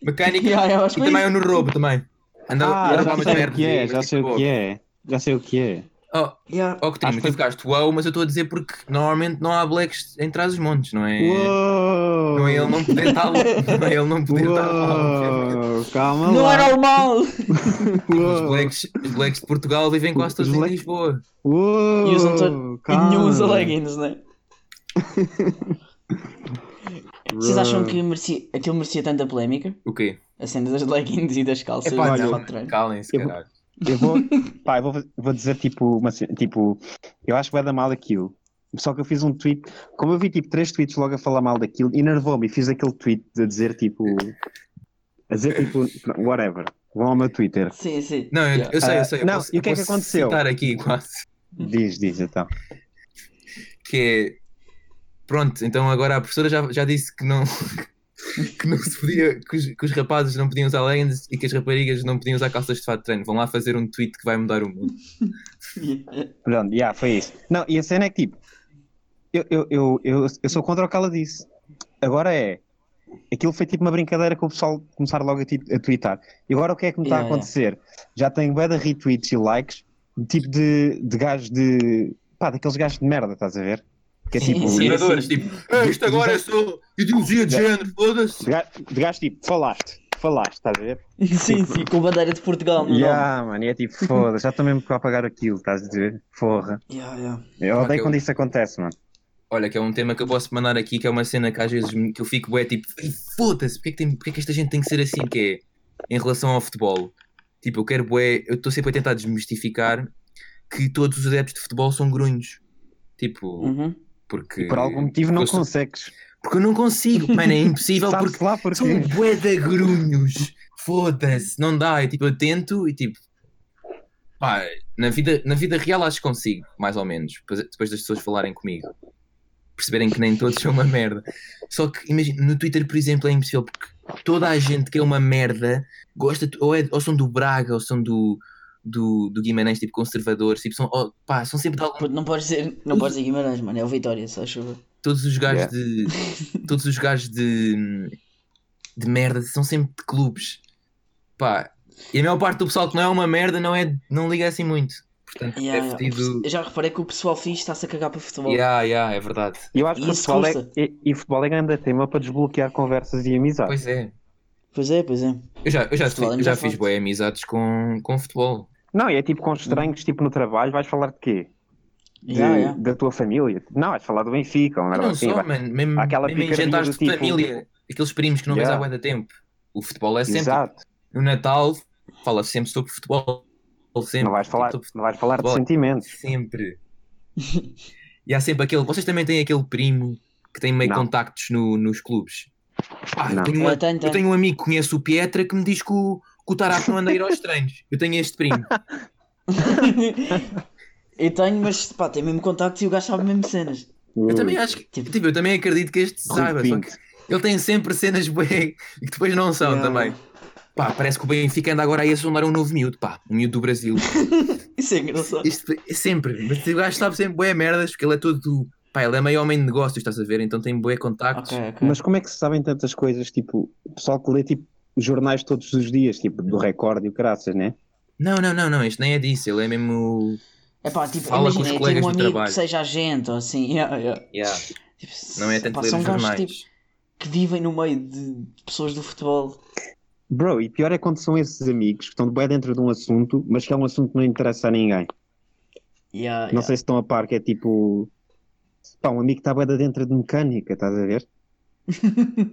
S2: Mecânica!
S3: Yeah, eu acho
S2: e
S3: que foi
S2: também eu no roubo também.
S4: Ah,
S2: andava
S4: já
S2: muito
S4: sei o
S2: perto
S4: que é,
S2: de-
S4: já sei o que é. Já sei o que é.
S2: Oh,
S3: Yeah.
S2: oh que
S4: Acho
S2: trimo,
S4: que
S2: tu
S4: foi-
S2: ficaste wow, mas eu estou a dizer porque normalmente não há blacks em trás dos montes, não é?
S4: Uou!
S2: Não é ele não poder estar lá. Não é ele não poder estar lá.
S4: Uou! Calma
S3: Não
S4: lá.
S3: era o mal!
S2: Os
S4: Uou!
S2: blacks, os blacks de Portugal vivem quase todos
S4: Os
S2: em
S4: blacks-
S2: Lisboa.
S4: Uou!
S3: E usam todo- E
S4: Calma.
S3: nenhum usa leggings, não é? Vocês acham que merecia, aquilo merecia tanta polémica?
S2: O quê?
S3: A cena das leggings e das calças
S2: Epá,
S3: de
S2: não,
S3: fato de treino.
S2: calem-se,
S4: Eu-
S2: caralho.
S4: Eu vou, pá, eu vou, vou dizer tipo, uma cena, tipo, eu acho que vai dar mal aquilo. Só que eu fiz um tweet, como eu vi tipo três tweets logo a falar mal daquilo, enervou-me e fiz aquele tweet de dizer tipo, a dizer tipo, whatever, vão ao meu Twitter.
S3: Sim, sim.
S2: Não, eu,
S3: Yeah.
S2: eu sei, eu
S4: Ah,
S2: sei. eu
S4: não,
S2: posso-
S4: e o
S2: eu
S4: que é que
S2: posso
S4: aconteceu?
S2: Citar aqui quase.
S4: Diz, diz então.
S2: que é pronto, então agora a professora já, já disse que não que não se podia, que os, que os rapazes não podiam usar leggings e que as raparigas não podiam usar calças de fato de treino. Vão lá fazer um tweet que vai mudar o mundo.
S4: Pronto, yeah, foi isso. Não, e a cena é que tipo, eu, eu, eu, eu, eu sou contra o que ela disse. Agora é, aquilo foi tipo uma brincadeira que o pessoal começar logo a, ti- a tweetar. E agora o que é que me está
S3: Yeah,
S4: a acontecer? Já tenho bué de retweets e likes, tipo de, de gajos de. pá, daqueles gajos de merda, estás a ver? Que é
S3: Sim,
S4: tipo.
S3: sim.
S2: Senadores, tipo, "Ah, isto agora é só ideologia de género, foda-se.
S4: De gajo- de gajo tipo, falaste, falaste, estás a ver?
S3: Sim, sim, com a bandeira de Portugal. no
S4: Yeah, mano, e é tipo, foda, já estou mesmo para pagar aquilo, estás a ver? Forra.
S3: nome. Yeah, yeah.
S4: Eu
S2: Ah,
S4: odeio
S2: que
S4: quando
S2: eu-
S4: isso acontece, mano.
S2: Olha, que é um tema que eu posso mandar aqui, que é uma cena que às vezes me- que eu fico bué tipo, "Ei, foda-se, porque é, que tem- porque é que esta gente tem que ser assim que é? Em relação ao futebol. Tipo, eu quero bué, eu estou sempre a tentar desmistificar que todos os adeptos de futebol são grunhos. Tipo,
S3: Uhum.
S2: porque...
S4: Por algum motivo não
S2: eu sou-
S4: consegues.
S2: Porque eu não consigo, mano, é impossível porque
S4: Sabes lá porque.
S2: são bué de grunhos. Foda-se, não dá. Eu, tipo, eu tento e tipo... Pá, na vida, na vida real acho que consigo, mais ou menos. Depois, depois das pessoas falarem comigo. Perceberem que nem todos são uma merda. Só que, imagina, no Twitter, por exemplo, é impossível porque toda a gente que é uma merda gosta... de- Ou, é, ou são do Braga, ou são do... Do, do Guimarães, tipo, conservadores, tipo, são, oh, pá, são sempre de algum
S3: Puto, Não pode ser, não pode ser Guimarães, mano, é o Vitória, só chuva.
S2: todos os gajos de todos os gajos de de merda são sempre de clubes pá e a maior parte do pessoal que não é uma merda não é não liga assim muito portanto
S3: Yeah,
S2: é
S3: yeah.
S2: fedido
S3: Eu já reparei que o pessoal fixe está-se a cagar para futebol.
S2: yeah, yeah, é verdade
S4: Eu acho que
S3: E
S4: o
S3: isso
S4: futebol é,
S3: custa.
S4: e, e futebol é grande tema para desbloquear conversas e amizades.
S2: pois é
S3: Pois é, pois é.
S2: eu já eu já,
S3: Futebol é
S2: eu já fiz
S3: muito forte.
S2: boas amizades com com futebol
S4: Não, e é tipo com estranhos, tipo no trabalho, vais falar de quê? De-
S3: Yeah, yeah.
S4: Da tua família? Não, vais falar do Benfica,
S2: E
S4: uma merda
S2: não
S4: assim,
S2: só
S4: vai-
S2: mano mesmo,
S4: Aquela
S2: mesmo em
S4: picardia
S2: jantares
S4: do
S2: de
S4: tipo-
S2: família aqueles primos que não
S4: Yeah.
S2: vês há bué de tempo o futebol é sempre
S4: Exato.
S2: no Natal fala sempre sobre futebol sempre
S4: Não vais falar,
S2: sobre
S4: não vais falar de
S2: tipo futebol.
S4: sentimentos.
S2: Sempre. e há sempre aquele. Vocês também têm aquele primo que tem meio
S4: Não.
S2: contactos no- nos clubes. Pá, eu,
S4: Não.
S2: tenho um,
S3: Ah, tem, tem.
S2: eu tenho um amigo que conhece o Pietra que me diz que o, que o Tarap não anda a ir aos treinos. Eu tenho este primo.
S3: Eu tenho, mas pá, tem mesmo contacto e o gajo sabe mesmo cenas.
S2: Eu também acho que.
S3: Tipo-
S2: Tipo, eu também acredito que este
S4: Rui
S2: saiba. Só que é.
S4: Pinto.
S2: ele tem sempre cenas bué e que depois não são
S3: Yeah.
S2: também. Pá, parece que o Benfica anda agora aí a sondar um novo miúdo, pá, um miúdo do Brasil.
S3: Isso é engraçado.
S2: Isto é sempre, mas o gajo sabe sempre bué merdas, porque ele é todo. Pá, ele é meio homem de negócios, estás a ver? Então tem bué contactos.
S3: Ok, ok.
S4: Mas como é que se sabem tantas coisas? Tipo, o pessoal que lê tipo jornais todos os dias, tipo do Record e o Caraças, né?
S2: Não, não, não, não, isto nem é disso, ele é mesmo.
S3: É pá, tipo,
S2: Fala com os
S3: imagina, eu
S2: colegas
S3: tenho um
S2: do
S3: amigo
S2: trabalho.
S3: que seja agente ou assim. yeah, yeah. Tipo,
S2: Não é tanto
S3: pá,
S2: ler
S3: são
S2: os
S3: gajos,
S2: jornais.
S3: tipo, que vivem no meio de pessoas do futebol.
S4: Bro, e pior é quando são esses amigos que estão bem dentro de um assunto, mas que é um assunto que não interessa a ninguém.
S3: Yeah,
S4: Não
S3: yeah.
S4: sei se estão a par, que é tipo. Pá, um amigo que está bem dentro de mecânica, estás a ver?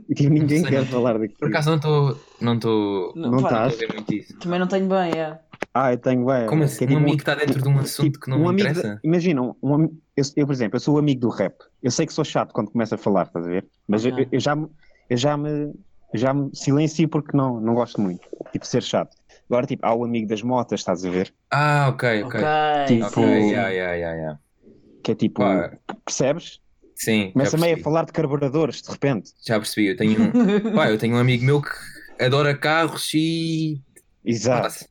S4: E tipo, ninguém
S2: Não sei.
S4: quer falar daquilo.
S2: Por acaso não estou. Não estou.
S3: Não,
S4: Não
S3: pá,
S4: tá.
S2: a ver muito isso.
S3: Também não tenho bem, é.
S4: Ah, eu tenho, ué.
S2: Como
S4: que
S2: assim?
S4: é
S2: Um
S4: tipo
S2: amigo que está dentro de um assunto
S4: tipo,
S2: que não
S4: um
S2: me
S4: amigo
S2: interessa?
S4: da- Imagina, um, um ami- eu, eu, por exemplo, eu sou o amigo do rap. Eu sei que sou chato quando começo a falar, estás a ver? Mas eu-
S3: Ok.
S4: eu, eu já me, eu já me, eu já me silencio porque não, não gosto muito. Tipo, ser chato. Agora, tipo, há o amigo das motas, estás a ver?
S2: Ah, ok, ok.
S3: Ok,
S2: Ok,
S3: sim,
S4: Tipo-
S2: okay.
S3: sim.
S2: Yeah, yeah, yeah, yeah.
S4: Que é tipo,
S2: Pá.
S4: percebes?
S2: Sim, já
S4: Começa meio a
S2: percebi.
S4: falar de carburadores, de repente.
S2: já percebi. Eu tenho, um... Pá, eu tenho um amigo meu que adora carros e.
S4: Exato.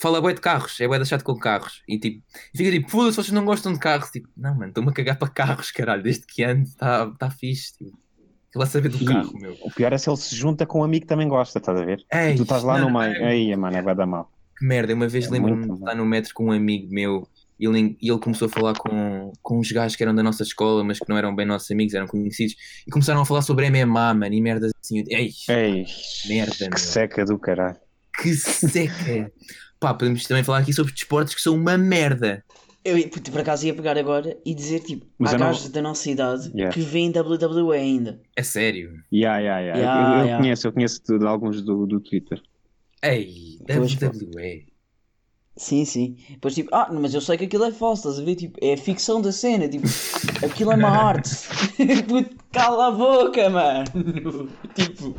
S2: Fala bué de carros, é bué de chato com carros. E tipo, e fica tipo, foda-se, vocês não gostam de carros. Tipo, não, mano, estou-me a cagar para carros, caralho. Desde que ando, está tá fixe. Tipo, Ele a saber do
S4: E-
S2: carro, meu.
S4: O pior é se ele se junta com um amigo que também gosta, estás a ver?
S2: Ei,
S4: E tu estás lá
S2: não,
S4: no
S2: É não,
S4: meio.
S2: não.
S4: Aí, mano, é vai dar mal.
S2: Que merda, uma vez
S4: É
S2: lembro-me
S4: muito
S2: de
S4: mal.
S2: estar no metro com um amigo meu e ele, e ele começou a falar com, com uns gajos que eram da nossa escola, mas que não eram bem nossos amigos, eram conhecidos, e começaram a falar sobre MMA, mano, e merdas assim. Eu- Ei,
S4: Ei,
S2: Merda, meu.
S4: que seca do caralho.
S2: que seca! Pá, podemos também falar aqui sobre desportos que são uma merda.
S3: Eu, puto, por acaso ia pegar agora e dizer, tipo,
S4: Mas
S3: há
S4: eu não-
S3: gajos da nossa idade
S4: Yeah.
S3: que veem WWE ainda.
S2: É sério.
S4: Yeah, yeah, yeah.
S3: Yeah,
S4: eu, eu
S3: yeah.
S4: conheço, eu conheço de, de alguns do, do Twitter.
S2: Ei,
S3: Pois, pá.
S2: WWE.
S3: Sim, sim. Depois, tipo, ah, mas eu sei que aquilo é falso, estás a ver? Tipo, é a ficção da cena, tipo, aquilo é uma arte. Puto, cala a boca, mano. Tipo,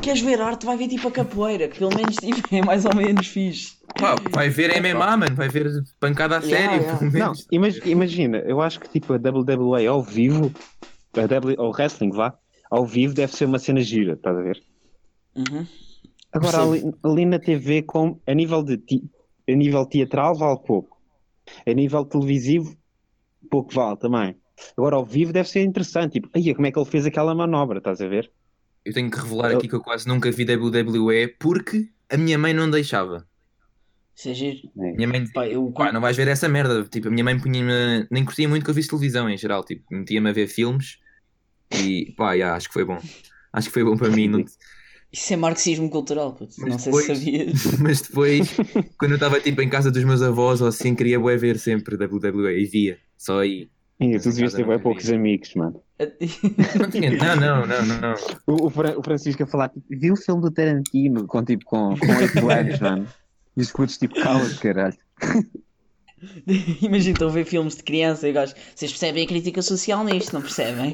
S3: queres ver arte? Vai ver, tipo, a capoeira, que pelo menos, tipo, é mais ou menos fixe.
S2: Pá, vai ver MMA, mano, vai ver pancada a
S3: Yeah,
S2: sério,
S3: yeah.
S2: pelo
S4: Não,
S2: menos.
S4: imag- imagina, eu acho que tipo a WWE ao vivo, a w, ou wrestling, vá, ao vivo deve ser uma cena gira, estás a ver?
S3: Uhum.
S4: Agora ali, ali na TV, com, a, nível de ti- a nível teatral, vale pouco. A nível televisivo, pouco vale também. Agora ao vivo deve ser interessante, tipo, aí como é que ele fez aquela manobra, estás a ver?
S2: Eu tenho que revelar
S4: Eu-
S2: aqui que eu quase nunca vi WWE porque a minha mãe não deixava.
S3: Isso é giro.
S2: Minha mãe dizia,
S3: Pá, eu,
S2: pá, não vais ver essa merda. Tipo, a minha mãe punha-me. Nem curtia muito que eu visse televisão em geral. Tipo, metia-me a ver filmes e pá, yeah, acho que foi bom. Acho que foi bom para mim. não-
S3: Isso é marxismo cultural, puto.
S2: Mas
S3: Não sei
S2: depois-
S3: se sabias.
S2: Mas depois, quando eu estava tipo em casa dos meus avós ou assim, queria bué ver sempre WWE e via. Só aí.
S4: E
S2: Mas
S4: tu
S2: em
S4: devias
S2: casa
S4: ter
S2: não
S4: bem
S2: havia.
S4: poucos amigos, mano.
S2: Não, tinha- não, não, não, não.
S4: O, o Fra- o Francisco a falar, tipo, viu o filme do Tarantino com tipo com com oito anos, mano. E os putos tipo, cala-te, caralho.
S3: Imagina, estão a ver filmes de criança e o gajo. Vocês percebem a crítica social nisto, não percebem?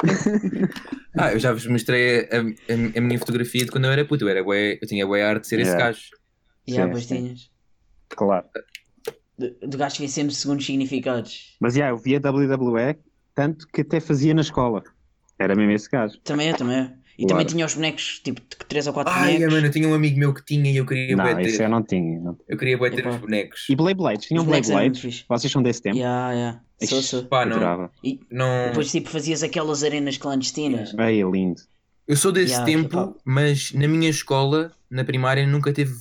S2: Ah, eu já vos mostrei a, a- a minha fotografia de quando eu era puto. Eu, era bué, eu tinha bué arte de ser
S4: Yeah.
S2: esse gajo.
S3: E há
S4: Sim, sim.
S3: pastinhas.
S4: Claro.
S3: Do, do gajo que vê sempre segundos significados.
S4: Mas já, eu via WWE tanto que até fazia na escola. Era mesmo esse gajo.
S3: Também eu, também eu. E
S4: Claro.
S3: também tinha os bonecos, tipo, de- três ou quatro
S2: Ai,
S3: bonecos.
S2: mano, eu tinha um amigo meu que tinha e eu queria bué
S4: não,
S2: ter.
S4: isso eu não tinha. não tinha.
S2: Eu queria bué ter
S3: Epá.
S2: os bonecos.
S4: E Beyblades? Tinham
S3: Os bonecos eram
S4: Beyblades?
S3: muito fixe.
S4: Vocês são desse tempo?
S3: Ya, ya. Sou,
S4: Ixi.
S3: sou.
S2: Pá,
S4: eu
S2: não,
S4: adorava.
S3: E
S2: não.
S3: depois, tipo, fazias aquelas arenas clandestinas.
S4: Ai, é lindo.
S2: Eu sou desse
S3: Yeah,
S2: tempo,
S3: tipo-
S2: mas na minha escola, na primária, nunca teve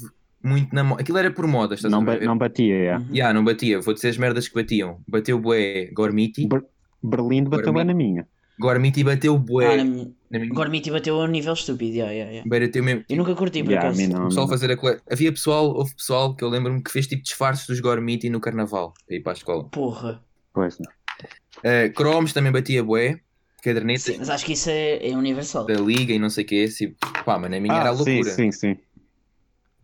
S2: muito na moda. Aquilo era por moda, estás
S4: Não,
S2: a
S4: ba-
S2: ver?
S4: não batia, é.
S3: Uhum.
S2: Yeah, não batia, vou dizer as merdas que batiam. Bateu bué Gormiti,
S4: Ber- Berlim bateu
S2: Agora
S4: bem na minha.
S2: Gormiti bateu bué.
S3: Ah, na minha...
S2: na minha...
S3: Agora me bateu a um nível estúpido. ya, ya, ya.
S2: Bateu mesmo.
S3: Eu nunca curti, por
S4: Yeah, a
S3: acaso.
S4: mim não,
S2: O
S4: a mim
S2: pessoal
S4: não.
S2: fazer a cole... Havia pessoal, houve pessoal que eu lembro-me que fez tipo disfarces dos Gormiti no carnaval, aí para a escola.
S3: Porra.
S4: Pois não.
S2: Eh, cromos também batia bué, caderneta
S3: Sim, mas acho que isso é, é universal.
S2: da liga e não sei o que. Assim, pá, mas na minha era a
S4: Ah,
S2: loucura.
S4: Sim, sim, sim.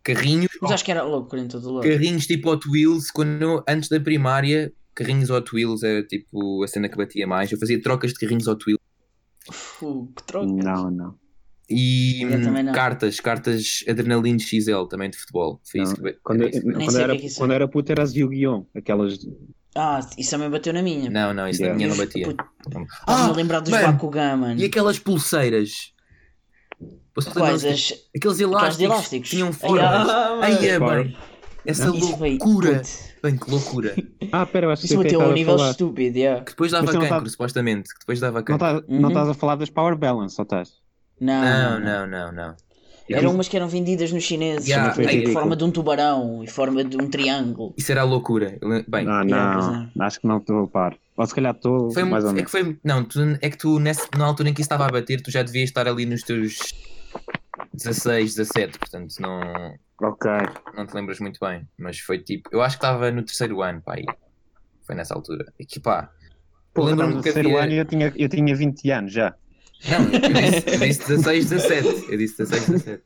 S2: Carrinhos,
S3: Mas acho que era loucura em todo o lado.
S2: carrinhos tipo Hot Wheels, quando eu- antes da primária, carrinhos Hot Wheels era tipo a cena que batia mais. Eu fazia trocas de carrinhos Hot Wheels
S3: Fu, que troca.
S4: Não, não.
S2: e hum,
S3: Eu também não.
S2: cartas, cartas Adrenaline XL também de futebol. Foi isso que ba-
S4: Quando,
S2: era isso que
S4: quando
S2: batia.
S3: sei o
S4: era,
S3: que é que isso é.
S4: quando era puto era as Yu-Gi-Oh! Aquelas.
S3: Ah, isso também bateu na minha.
S2: Não, não, isso na
S4: Yeah.
S2: minha não batia.
S3: Estava-me a lembrar dos
S2: Ah, mano,
S3: Bakugan, mano.
S2: E aquelas pulseiras? Vocês
S3: Quais?
S2: lembram-se
S3: As...
S2: Aqueles
S3: aquelas
S2: elásticos,
S3: de elásticos?
S2: que tinham
S3: Ai,
S2: formas.
S3: ah, mano.
S2: Ai, é
S4: Claro.
S2: bem. Essa
S3: Isso foi-
S2: loucura.
S3: puto,
S2: Bem, que loucura. Que
S4: Ah, pera, eu acho que
S3: Isso
S4: sei o que é que
S3: bateu a um
S4: estás a
S3: nível
S4: falar.
S3: estúpido, yeah.
S2: depois dava
S4: Mas tu não
S2: cancro,
S4: tá-
S2: supostamente. Que depois dava
S4: Não tá-
S2: cancro.
S4: estás,
S3: Uhum.
S4: não estás a falar das Power Balance, ou estás?
S3: Não,
S2: Não, não, não, não.
S3: Eram umas que eram vendidas nos chineses.
S2: Yeah,
S3: tipo,
S4: foi
S3: em
S4: ridículo.
S3: forma de um tubarão, em forma de um triângulo.
S2: Isso era a loucura. Eu lem- Bem,
S4: Ah, Não,
S3: Yeah,
S4: não. Acho que não estou a par. Ou se calhar estou,
S2: foi
S4: mais ou
S2: muito. É que
S4: menos.
S2: foi. Não, tu, é que tu, nessa, na altura em que isso estava a bater, tu já devias estar ali nos teus 16, 17. Portanto, não,
S4: Ok.
S2: não te lembras muito bem. Mas foi tipo. Eu acho que estava no terceiro ano, pá. aí. Foi nessa altura. E que pá.
S4: Pô,
S2: lembro-me
S4: estás a
S2: que
S4: terceiro
S2: havia-
S4: ano e eu tinha, eu tinha 20 anos já.
S2: Não, eu disse, eu disse 16, 17. Eu disse 16, 17.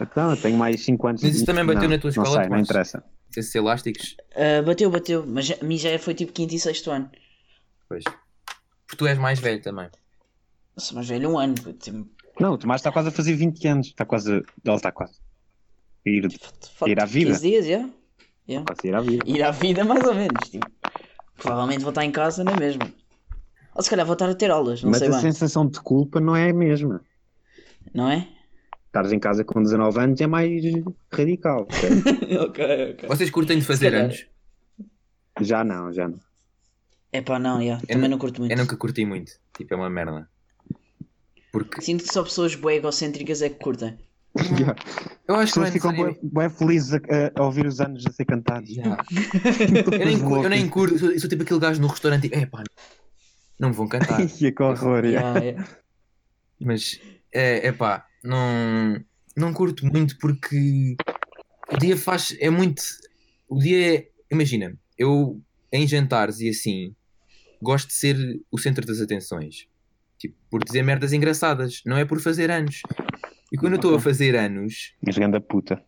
S4: Então, eu tenho mais 5 anos.
S2: Mas isso também bateu
S4: não,
S2: na tua
S4: Não
S2: escola,
S4: sei, não
S2: Tomás?
S4: interessa.
S2: Esses elásticos.
S3: Ah, bateu, bateu. Mas já- a mim já foi tipo quinto e sexto ano.
S2: Pois. Porque tu és mais velho também.
S3: Nossa, mas velho, um ano. puto, tipo,
S4: Não, o Tomás está quase a fazer 20 anos. Está quase. Ele está quase. a Ir,
S3: falta
S4: Ir à vida.
S3: 15 Tipo, dias, yeah. Yeah.
S4: quase a ir à vida.
S3: ir à vida, mais ou menos. Tipo, provavelmente vou estar em casa, não é mesmo? Ou se calhar vou estar a ter aulas, não
S4: Mas assim-
S3: sei
S4: a
S3: bem.
S4: sensação de culpa não é a mesma.
S3: Não é?
S4: Estares em casa com 19 anos é mais radical. certo?
S3: ok, ok.
S2: Vocês curtem de fazer
S3: calhar.
S2: anos?
S4: já não, já não.
S3: É pá, não, yeah.
S2: Eu
S3: também
S2: nu-
S3: não curto muito.
S2: Eu nunca curti muito. Tipo, é uma merda. Porque.
S3: Sinto que só pessoas bué egocêntricas é que curtem.
S4: Já.
S2: Eu
S4: As
S2: acho que não
S4: pessoas
S2: é
S4: ficam
S2: necessário-
S4: bem, felizes a, a- a ouvir os anos a ser cantados.
S2: Yeah. Eu nem, cu- eu nem curto, eu sou, eu sou tipo aquele gajo no restaurante tipo, epá, não me vão cantar.
S4: Ia com horror. já.
S3: Yeah, yeah.
S2: Mas é epá, não, não curto muito porque o dia faz. É muito. O dia é. Imagina, eu em jantares e assim gosto de ser o centro das atenções. Tipo, por dizer merdas engraçadas, não é por fazer anos. E quando eu estou a
S3: Ok.
S2: fazer anos,
S4: Mas ganda puta.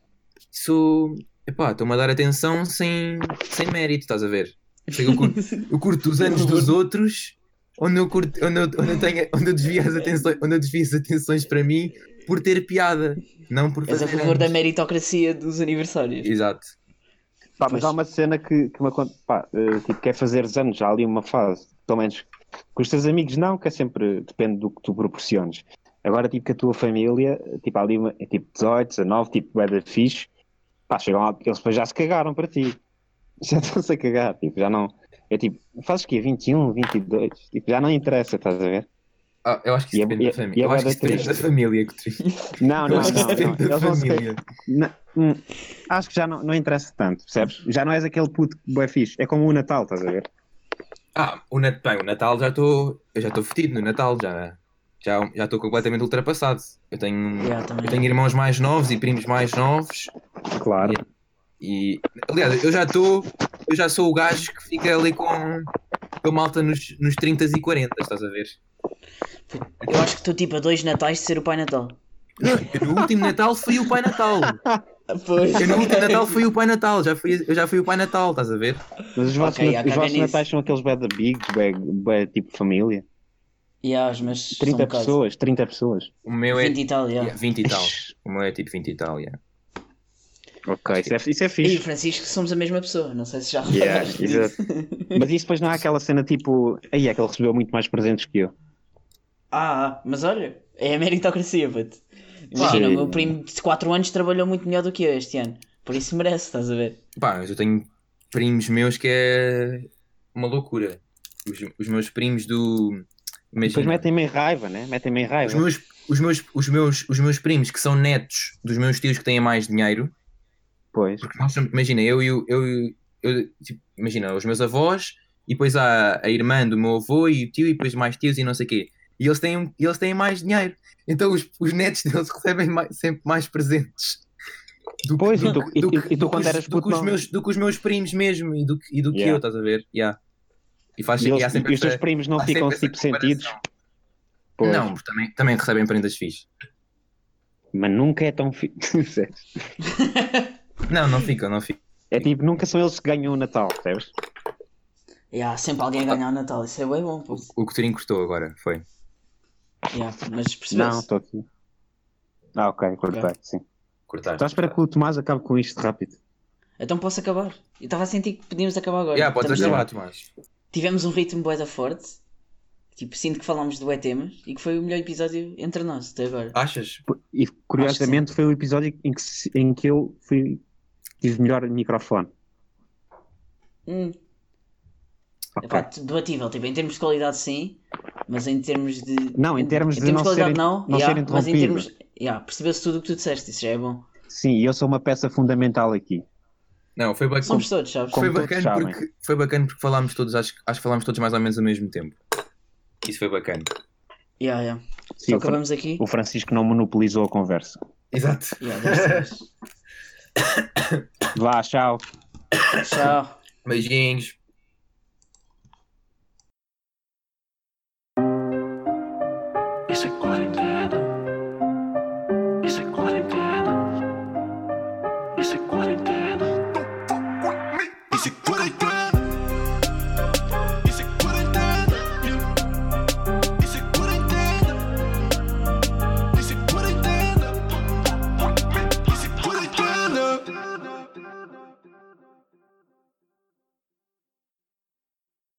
S2: sou. Epá, estou-me a dar atenção sem, sem mérito, estás a ver? Chega, um eu, curto, eu curto os anos dos outros, onde eu, curto, onde eu, onde eu tenho, onde eu desvio as atenções, onde eu desvio as atenções para mim por ter piada, não por
S3: És
S2: fazer
S3: a favor da
S2: anos.
S3: meritocracia dos aniversários.
S2: Exato.
S4: Pá, mas
S3: Pois.
S4: há uma cena que, que me acontece. Pá, eh, tipo, quer fazer os anos, há ali uma fase. Pelo menos com os teus amigos, não, que é sempre. Depende do que tu proporciones. Agora, tipo, que a tua família, tipo, há ali uma, é tipo 18, 19, tipo, é da fixe. Pá, chegam lá, eles depois já se cagaram para ti. Já estão-se a cagar, tipo, já não. É tipo, fazes o quê? 21, 22? Tipo, já não interessa, estás a ver?
S2: Ah, eu acho que
S4: E
S2: isso
S4: é-
S2: depende
S4: e é-
S2: da família.
S4: e é
S2: Eu acho que
S4: bué
S2: isso
S4: da
S2: depende da
S4: triste.
S2: família, Coutinho.
S4: Não,
S2: Eu
S4: não,
S2: acho que isso
S4: não. não.
S2: depende da
S4: Eles vão se
S2: família.
S4: Não, hum, acho que já não, não interessa tanto, percebes? Já não és aquele puto que bué fixe. É como o Natal, estás a ver?
S2: Ah, o, Nat... Bem, o Natal já estou. Eu já estou fedido no Natal, já. Já estou completamente ultrapassado. Eu tenho,
S3: Yeah, também.
S2: eu tenho irmãos mais novos e primos mais novos.
S4: Claro.
S2: E, aliás, eu já estou. Eu já sou o gajo que fica ali com. com a malta nos, nos 30 e 40, estás a ver?
S3: Eu acho que estou tipo a dois natais de ser o Pai Natal.
S2: Eu no último Natal fui o Pai Natal.
S3: Ah, Pois.
S2: Eu no último Natal fui o Pai Natal. Já fui, eu já fui o Pai Natal, estás a ver?
S4: Mas os vossos,
S3: Ok,
S4: nat-
S3: já
S4: os
S3: caguei
S4: vossos
S3: nisso.
S4: natais são aqueles bad bigs, bué- bué tipo família.
S3: Yeah, os meus
S4: 30
S3: são um bocado.
S4: pessoas, 30 pessoas.
S2: O meu é
S3: 20 e tal, yeah.
S2: yeah, 20 e tal. O meu é tipo 20 e tal, yeah.
S4: Ok, isso é, isso é
S3: E
S4: fixe.
S3: Francisco, somos a mesma pessoa. Não sei se já
S4: Yeah,
S3: reparaste nisso.
S4: exato. Mas isso depois não há aquela cena tipo, aí é que ele recebeu muito mais presentes que eu.
S3: Ah, ah, mas olha, é a meritocracia, puto. Imagina,
S4: Sim.
S3: o meu primo de 4 anos trabalhou muito melhor do que eu este ano. Por isso merece, estás a ver?
S2: Pá, mas eu tenho primos meus que é uma loucura. Os, os meus primos do.
S4: Depois
S2: Imagina,
S4: metem-me em raiva, né? Metem-me em
S2: os,
S4: raiva.
S2: meus, os, meus, os, meus, os meus primos que são netos dos meus tios que têm mais dinheiro.
S4: Pois.
S2: Porque nós somos- imagina, eu e o- eu, e o- eu, tipo, imagina, os meus avós, e depois há a irmã do meu avô e o tio, e depois mais tios e não sei o quê. E eles têm, um, eles têm mais dinheiro. Então os, os netos deles recebem mais- sempre mais presentes. Do
S4: Pois, e tu- e-
S2: do
S4: e- e
S2: do
S4: tu
S2: que
S4: quando
S2: os-
S4: eras
S2: do que
S4: puto
S2: os
S4: não-
S2: meus Do que os meus primos mesmo e do, que- e do que
S4: Yeah.
S2: eu, estás a ver? Yeah. E faz
S4: E,
S2: e há
S4: eles-
S2: sempre
S4: e os teus
S2: essa-
S4: primos não
S2: há
S4: ficam
S2: sempre
S4: tipo
S2: essa
S4: sentidos.
S2: comparação.
S4: Pois.
S2: Não, porque também, também recebem prendas fixes.
S4: Mas nunca é tão fixe.
S2: Não, não ficam, não ficam.
S4: é tipo, nunca são eles que ganham o Natal, percebes?
S3: Yeah, sempre alguém a ganhar o Natal, isso é bem bom, puto.
S2: O que o Turing cortou agora foi.
S3: Yeah, mas
S4: Não,
S3: percebeu-se.
S4: estou aqui. Ah, ok, cortei, sim.
S2: Cortar.
S4: Estás para que o Tomás acabe com isto rápido.
S3: Então posso acabar. Eu estava a sentir que podíamos acabar agora.
S2: Yeah, podes
S3: Estamos-
S2: acabar, Tomás.
S3: Tivemos um ritmo bué da forte. Tipo, sinto que falámos de bué temas e que foi o melhor episódio entre nós até agora.
S2: Achas?
S4: E curiosamente foi o episódio em que, se- em que eu fui, tive melhor microfone.
S3: Hum,
S4: Ok.
S3: epá, debatível, tipo, em termos de qualidade sim, mas em termos de.
S4: Não, em termos de não
S3: qualidade
S4: ser-
S3: não,
S4: não
S3: yeah,
S4: ser
S3: mas em
S4: interrompido.
S3: termos. Yeah, Percebeu-se tudo o que tu disseste, isso já é bom.
S4: Sim, e eu sou uma peça fundamental aqui.
S2: Não, foi bacana.
S3: Somos todos, sabes?
S4: como
S2: Foi
S4: todos
S2: bacana,
S4: sabem.
S2: porque, foi bacana porque falámos todos, acho, acho que falámos todos mais ou menos ao mesmo tempo. Isso foi bacana.
S3: Yeah, yeah.
S4: Sim,
S3: Só
S4: o, Fra-
S3: acabamos aqui.
S4: o Francisco não monopolizou a conversa.
S2: Exato.
S3: Yeah, deve ser.
S4: Vá, tchau.
S3: Tchau.
S2: Beijinhos.
S1: é é